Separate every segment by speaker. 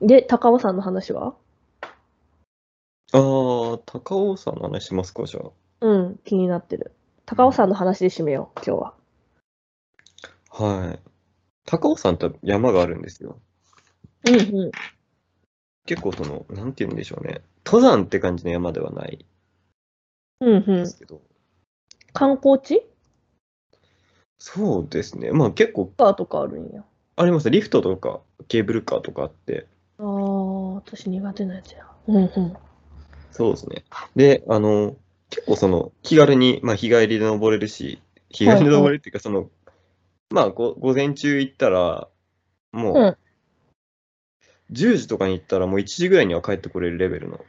Speaker 1: で、高尾山の話は
Speaker 2: あー、高尾山の話しますか、じゃあ。
Speaker 1: うん、気になってる。高尾山の話で締めよう、今日は。
Speaker 2: はい。高尾山って山があるんですよ。
Speaker 1: うんうん。
Speaker 2: 結構その、なんて言うんでしょうね。登山って感じの山ではない
Speaker 1: うんうん
Speaker 2: で
Speaker 1: ん。
Speaker 2: すけど。
Speaker 1: 観光地
Speaker 2: そうですね。まあ結構
Speaker 1: バーとかあるんや。
Speaker 2: あります。リフトとかケーブルカーとかあって。
Speaker 1: ああ、私苦手なやつや。うんうん。
Speaker 2: そうですね。で、あの、結構その、気軽に、まあ日帰りで登れるし、日帰りで登れるっていうか、その、まあご午前中行ったら、もう、
Speaker 1: うん
Speaker 2: 10時とかに行ったらもう1時ぐらいには帰ってこれるレベルの。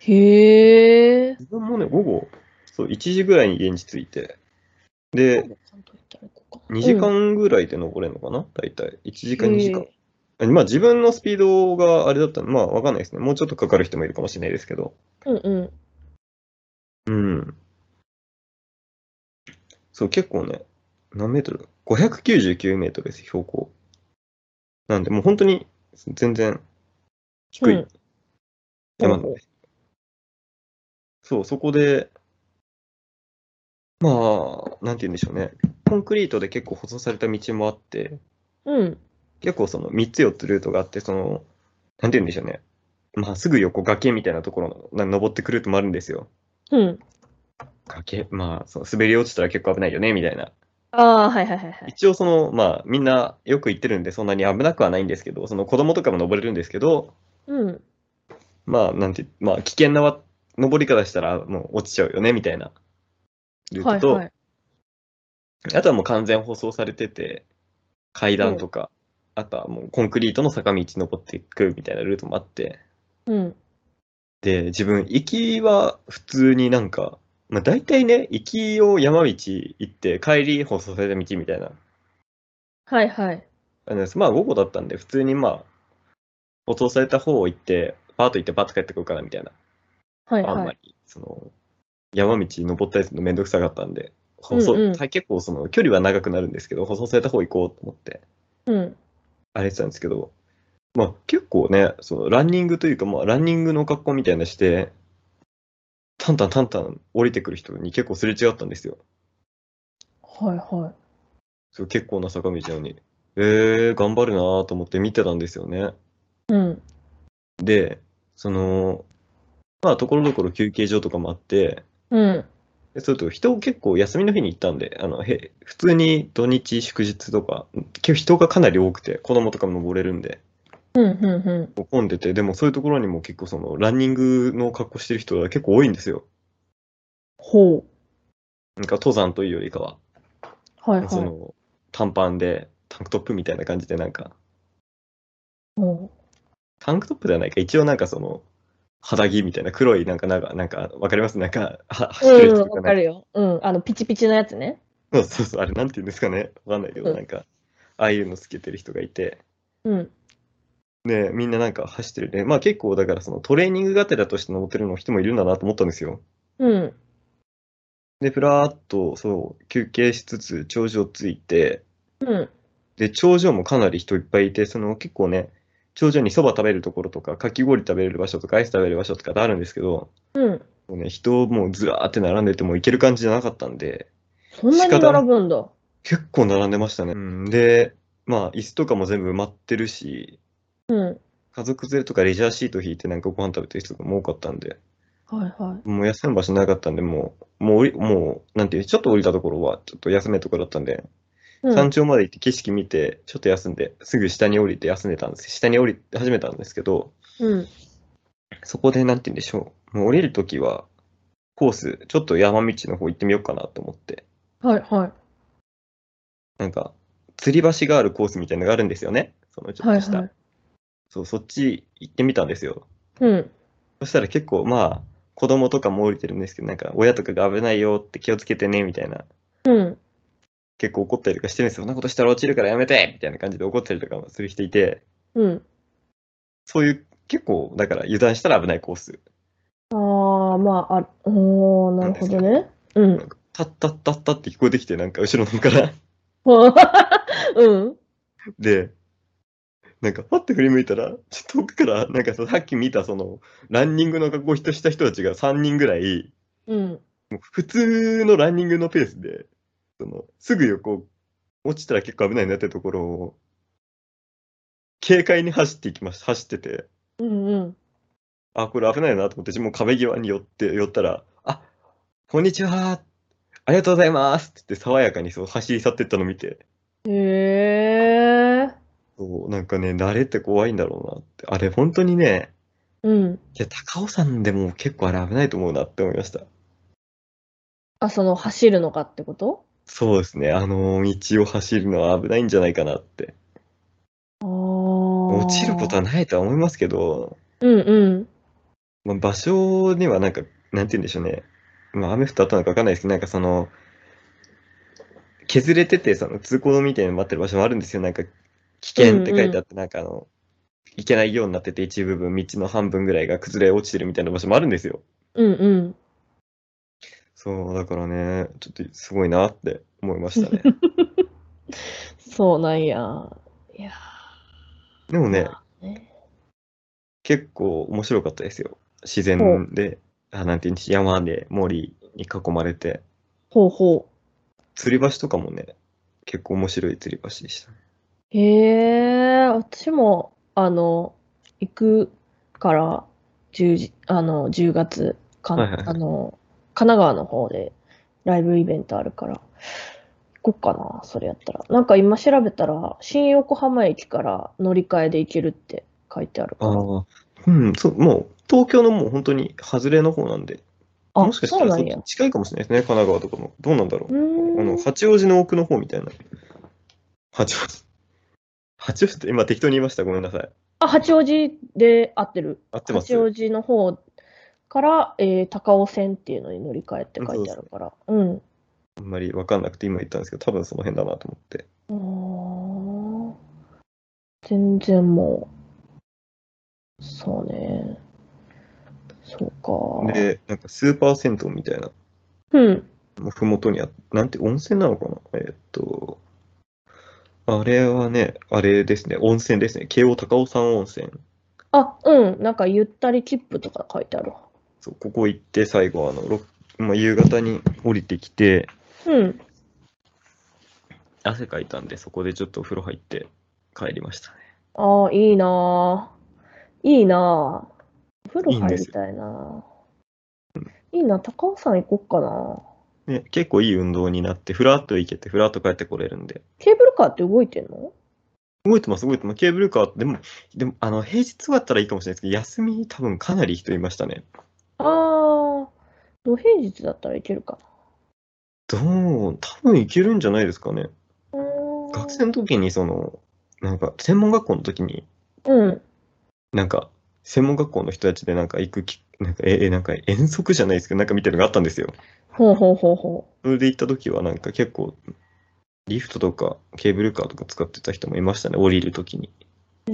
Speaker 1: へえ。
Speaker 2: 自分もね、午後、そう、1時ぐらいに現地着いて、
Speaker 1: 関
Speaker 2: で、
Speaker 1: 東行ったら行こうか。
Speaker 2: 2時間ぐらいで登れるのかな、大体。1時間、2時
Speaker 1: へ
Speaker 2: 間。あまあ自分のスピードがあれだったら、まあわかんないですね。もうちょっとかかる人もいるかもしれないですけど。
Speaker 1: うんうん。
Speaker 2: うん。そう、結構ね、何メートル ?599 メートルです、標高。なんで、もう本当に全然低
Speaker 1: う
Speaker 2: い
Speaker 1: ん
Speaker 2: 山なん
Speaker 1: ほうほう
Speaker 2: で。そう、そこで、まあ、なんて言うんでしょうね。コンクリートで結構舗装された道もあって、
Speaker 1: うん。
Speaker 2: 結構その3つ4つルートがあって、その、なんて言うんでしょうね。まあ、すぐ横崖みたいなところの、な登ってくるともあるんですよ。
Speaker 1: うん。
Speaker 2: 崖、まあ、そう滑り落ちたら結構危ないよね、みたいな。
Speaker 1: ああ、はいはいはいはい。
Speaker 2: 一応、その、まあ、みんなよく行ってるんで、そんなに危なくはないんですけど、その子供とかも登れるんですけど、
Speaker 1: うん。
Speaker 2: まあ、なんて、まあ、危険なわ登り方したら、もう落ちちゃうよね、みたいなルー
Speaker 1: は
Speaker 2: ト
Speaker 1: い
Speaker 2: と、
Speaker 1: はい。
Speaker 2: あとはもう完全舗装されてて、階段とか、あとはもうコンクリートの坂道登っていくみたいなルートもあって、
Speaker 1: うん。
Speaker 2: で、自分、行きは普通になんか、まあ、大体ね、行きを山道行って、帰り舗装された道みたいな。
Speaker 1: はいはい。
Speaker 2: あのまあ午後だったんで、普通にまあ、舗装された方を行って、パーッと行ってパーッと帰ってくるかなみたいな。
Speaker 1: はい
Speaker 2: あん
Speaker 1: は
Speaker 2: ま
Speaker 1: い。
Speaker 2: り、その、山道登ったりするのめんどくさかったんで、舗装
Speaker 1: うんうん
Speaker 2: さ結構その距離は長くなるんですけど、舗装された方行こうと思って、
Speaker 1: うん。
Speaker 2: あれしてたんですけど、まあ結構ね、そのランニングというか、まあランニングの格好みたいなして、タンタンタンタン降りてくる人に結構すれ違ったんですよ。
Speaker 1: はいはい。
Speaker 2: そう結構な坂道なのに。えー、頑張るなーと思って見てたんですよね。
Speaker 1: うん。
Speaker 2: で、その、まあ、ところどころ休憩所とかもあって、
Speaker 1: うん。
Speaker 2: でそれと人結構休みの日に行ったんで、あのへ普通に土日、祝日とか、結構人がかなり多くて、子供とかも登れるんで、
Speaker 1: うんうんうん。
Speaker 2: もう混んでて、でもそういうところにも結構その、ランニングの格好してる人が結構多いんですよ。
Speaker 1: ほ
Speaker 2: なんか登山というよりかは、
Speaker 1: う。はいはい。
Speaker 2: その、短パンで、タンクトップみたいな感じで、なんか、
Speaker 1: うん
Speaker 2: タンクトップではないか、一応なんかその、肌着みたいな黒いなんか、なんか、なんか、わかりますなんか、は走ってる
Speaker 1: うん、
Speaker 2: 人と
Speaker 1: わ
Speaker 2: か
Speaker 1: かるよ。うん。あの、ピチピチのやつね。
Speaker 2: そうそうそう、あれなんて言うんですかね。わかんないけ
Speaker 1: う
Speaker 2: ど、
Speaker 1: ん
Speaker 2: なんか、ああいうのつけてる人がいて、
Speaker 1: うん。
Speaker 2: で、みんななんか走ってるね。まあ結構、だからそのトレーニングがてらとして登ってるの人もいるんだなと思ったんですよ。
Speaker 1: うん。
Speaker 2: で、ふらーっと、そう、休憩しつつ、頂上ついて、
Speaker 1: うん。
Speaker 2: で、頂上もかなり人いっぱいいて、その結構ね、頂上にそば食べるところとか、かき氷食べれる場所とか、アイス食べれる場所とかってあるんですけど、
Speaker 1: うん。
Speaker 2: もうね、人もうずらーって並んでてもう行ける感じじゃなかったんで、
Speaker 1: そんなに並ぶんだ。
Speaker 2: 結構並んでましたね。うん、で、まあ椅子とかも全部埋まってるし、
Speaker 1: うん。
Speaker 2: 家族連れとかレジャーシート引いてなんかご飯食べてる人とかも多かったんで、
Speaker 1: はいはい。
Speaker 2: もう休む場所なかったんで、もう、もう降り、もう、なんていう、ちょっと降りたところは、ちょっと休めるところだったんで、
Speaker 1: うん
Speaker 2: 山頂まで行って景色見て、ちょっと休んで、すぐ下に降りて休んでたんです。下に降り始めたんですけど、
Speaker 1: うん。
Speaker 2: そこでなんて言うんでしょう。もう降りるときは、コース、ちょっと山道の方行ってみようかなと思って、
Speaker 1: はいはい。
Speaker 2: なんか、吊り橋があるコースみたいなのがあるんですよね。そのちょっ
Speaker 1: はい
Speaker 2: とした。
Speaker 1: はい。
Speaker 2: そう、そっち行ってみたんですよ。
Speaker 1: うん。
Speaker 2: そしたら結構まあ子供とかも降りてるんですけどなんか親とかが危ないよって気をつけてねみたいな
Speaker 1: うん。
Speaker 2: 結構怒ったりとかしてるんですよそんなことしたら落ちるからやめてみたいな感じで怒ったりとかもする人いて
Speaker 1: うん。
Speaker 2: そういう結構だから油断したら危ないコース
Speaker 1: ああ、まあ、あ、おー、なるほどね。うん。
Speaker 2: タッタッタッタって聞こえてき てなんか後ろの方から
Speaker 1: うん。
Speaker 2: でなんか、パッと振り向いたら、ちょっと遠くから、なんかさ、さっき見た、その、ランニングの格好をした人たちが3人ぐらい、
Speaker 1: うん。
Speaker 2: もう普通のランニングのペースで、その、すぐ横、落ちたら結構危ないなってところを、軽快に走っていきました、走ってて、
Speaker 1: うんうん。
Speaker 2: あ、これ危ないなと思って、自分も壁際に寄って、寄ったら、あ、こんにちは、ありがとうございますって言って、爽やかにそう走り去ってったのを見て、
Speaker 1: へえ。
Speaker 2: そう、なんかね、慣れって怖いんだろうなって。あれ、本当にね、
Speaker 1: うん。
Speaker 2: いや、高尾山でも結構あれ危ないと思うなって思いました。
Speaker 1: あ、その、走るのかってこと
Speaker 2: そうですね、あの道を走るのは危ないんじゃないかなって。
Speaker 1: ああ。
Speaker 2: 落
Speaker 1: 落
Speaker 2: ちることはないとは思いますけど、
Speaker 1: うんうん。
Speaker 2: まあ、場所にはなんか、なんて言うんでしょうね。まあ、雨降った後なのかわかんないですけど、なんかその、削れてて、その通行止めみたいになってる場所もあるんですよ。なんか、危険って書いてあって、なんかあの、行けないようになってて、一部分、道の半分ぐらいが崩れ落ちてるみたいな場所もあるんですよ。
Speaker 1: うんうん。
Speaker 2: そう、だからね、ちょっとすごいなって思いました ね。
Speaker 1: そうなんや。いや
Speaker 2: でもね、
Speaker 1: ーね。
Speaker 2: 結構面白かったですよ。自然で、あ、なんていうんです山で森に囲まれて、
Speaker 1: ほうほ
Speaker 2: 吊り橋とかもね、結構面白い吊り橋でした。
Speaker 1: う。へえ、私も、あの、行くから、10時、あの、10月か、
Speaker 2: はいはいはい
Speaker 1: あの、神奈川の方でライブイベントあるから、行こっかな、それやったら。なんか今調べたら、新横浜駅から乗り換えで行けるって書いてあるから。
Speaker 2: ああ、うん、そう、もう東京のもう本当に外れの方なんで、
Speaker 1: あ
Speaker 2: もしかした
Speaker 1: そう
Speaker 2: ら
Speaker 1: な
Speaker 2: そ
Speaker 1: ん
Speaker 2: っ
Speaker 1: や。
Speaker 2: ち近いかもしれないですね、神奈川とかも。どうなんだろ
Speaker 1: う
Speaker 2: う。あ
Speaker 1: ー
Speaker 2: の、
Speaker 1: ん。
Speaker 2: 八王子の奥の方みたいな。八王子。八王子って今適当に言いました。ごめんなさい。
Speaker 1: あ、八王子で合ってる。
Speaker 2: 合ってます
Speaker 1: 八王子の方から、えー高尾線っていうのに乗り換えって書いてあるから。うん。
Speaker 2: あんまりわかんなくて今言ったんですけど、多分その辺だなと思って。
Speaker 1: うーん全然もう。そうね。そうか。
Speaker 2: で、なんかスーパー銭湯みたいな、
Speaker 1: うん。
Speaker 2: もうふもとにあっなんて温泉なのかなえーっと、あれはね、あれですね、温泉ですね、京王高尾山温泉。
Speaker 1: あ、うん。なんか、ゆったり切符とか書いてあるわ。
Speaker 2: そうここ行って、最後あの、ろまあ、夕方に降りてきて、
Speaker 1: うん。
Speaker 2: 汗かいたんで、そこでちょっとお風呂入って帰りましたね。
Speaker 1: ああ、いいなぁ。いいなぁ。お風呂
Speaker 2: いいん
Speaker 1: 入
Speaker 2: で
Speaker 1: り
Speaker 2: す
Speaker 1: たいなぁ。いいな、高尾山行こっかな
Speaker 2: ね、結構いい運動になって、ふらっと行けて、ふらっと帰ってこれるんで。
Speaker 1: ケーブルカーって動いてんの
Speaker 2: 動いてます、動いてます。ケーブルカー、でも、でも、あの、平日終わったらいいかもしれないですけど、休み多分かなり人いましたね。
Speaker 1: ああ、土平日だったらいけるか
Speaker 2: どう、多分行けるんじゃないですかね。
Speaker 1: な。うーん
Speaker 2: 学生の時にそのなんか専門学校の時に
Speaker 1: うん。
Speaker 2: なんか専門学校の人たちでなんか行くきなんかええなんか遠足じゃないですけどなんかみたいなのがあったんですよ
Speaker 1: ほうほうほうほ
Speaker 2: それで行った時はなんか結構リフトとかケーブルカーとか使ってた人もいましたね降りる時に
Speaker 1: う。え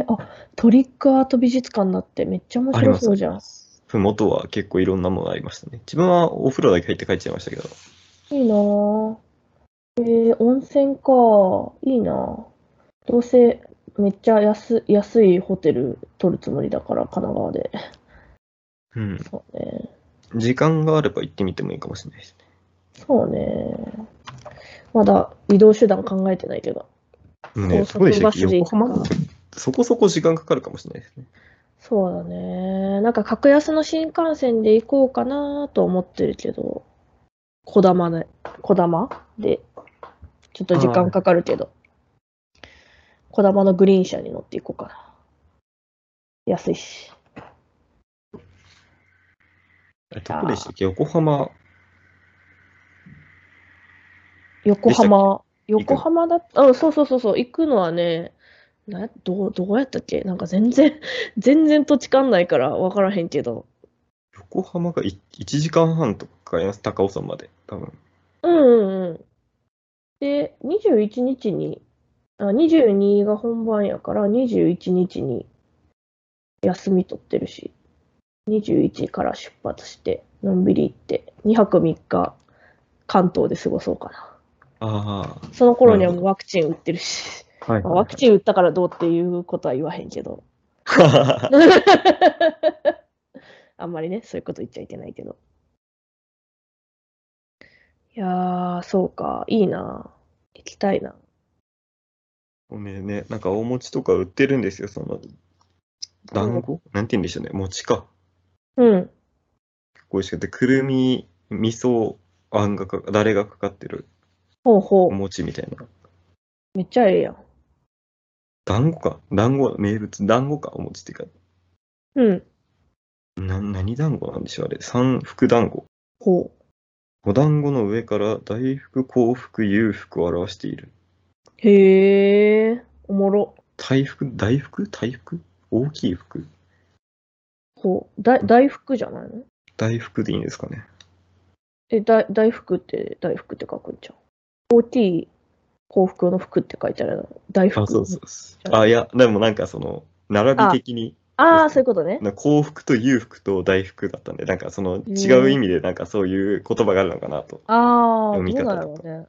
Speaker 1: ー、あ、トリックアート美術館だってめっちゃ面
Speaker 2: あり
Speaker 1: 白
Speaker 2: ます
Speaker 1: そうじゃん。
Speaker 2: ふもとは結構いろんなものありましたね自分はお風呂だけ入って帰っちゃいましたけど
Speaker 1: いいなぁ。えー、温泉か。いいなぁ。どうせめっちゃ安、安いホテル取るつもりだから、神奈川で。
Speaker 2: うん
Speaker 1: そうね。
Speaker 2: 時間があれば行ってみてもいいかもしれないですね
Speaker 1: そうね。まだ移動手段考えてないけど。
Speaker 2: もうね
Speaker 1: 高
Speaker 2: どこでしたっけ
Speaker 1: 速バスで行
Speaker 2: 横
Speaker 1: くか
Speaker 2: 浜そこそこ時間かかるかもしれないですね
Speaker 1: そうだね。なんか格安の新幹線で行こうかなと思ってるけど、こだまね、こだまで、ちょっと時間かかるけど、こだまのグリーン車に乗っていこうかな。安いし。
Speaker 2: えどこでしたっけ横浜
Speaker 1: 横浜、
Speaker 2: したっけ
Speaker 1: 横浜だった、うん、そうそうそうそう、行くのはね、などうどうやったっけなんか全然、 全然土地勘ないから分からへんけど、
Speaker 2: 横浜が1時間半とかかかります、高尾山まで、多分
Speaker 1: うんうんうん。で、21日に、あ、22が本番やから、21日に休み取ってるし、21から出発して、のんびり行って、2泊3日、関東で過ごそうかな。
Speaker 2: ああ、
Speaker 1: その頃にはもうワクチン打ってるし、
Speaker 2: はい
Speaker 1: まあワクチン打ったからどうっていうことは言わへんけど。
Speaker 2: は
Speaker 1: あんまりね、そういうこと言っちゃいけないけど。いやー、そうか、いいな。行きたいな。
Speaker 2: い。ねね、なんか大餅とか売ってるんですよ、その、団子なんて言うんでしょうね、餅か。
Speaker 1: うん。
Speaker 2: 美味しくて、くるみ、味噌、あんがか、誰がかかってる
Speaker 1: ほうほ
Speaker 2: お
Speaker 1: う。
Speaker 2: 餅みたいな。
Speaker 1: めっちゃええやん。
Speaker 2: 団子か。団子、名物、団子か、お餅っていうか。
Speaker 1: うん。
Speaker 2: な、何団子なんでしょう、あれ。三福団子。
Speaker 1: ほう。
Speaker 2: 五団子の上から大福、幸福、裕福を表している。
Speaker 1: へえ、おもろ。
Speaker 2: 大福、大福大福大きい福
Speaker 1: ほう。だ大福じゃないの
Speaker 2: 大福でいいんですかね。
Speaker 1: え、だ大福って、大福って書くんちゃう。OT 幸福の福って書いてあるの。大福。
Speaker 2: あ、そ うそうそう。あ、いや、でもなんかその、並び的に、
Speaker 1: あーそういうことね。
Speaker 2: な幸福と裕福と大福だったんで、なんかその違う意味でなんかそういう言葉があるのかなと。
Speaker 1: ああ、ど
Speaker 2: 読
Speaker 1: う
Speaker 2: み
Speaker 1: な
Speaker 2: 方
Speaker 1: んだ
Speaker 2: だと
Speaker 1: ろうね。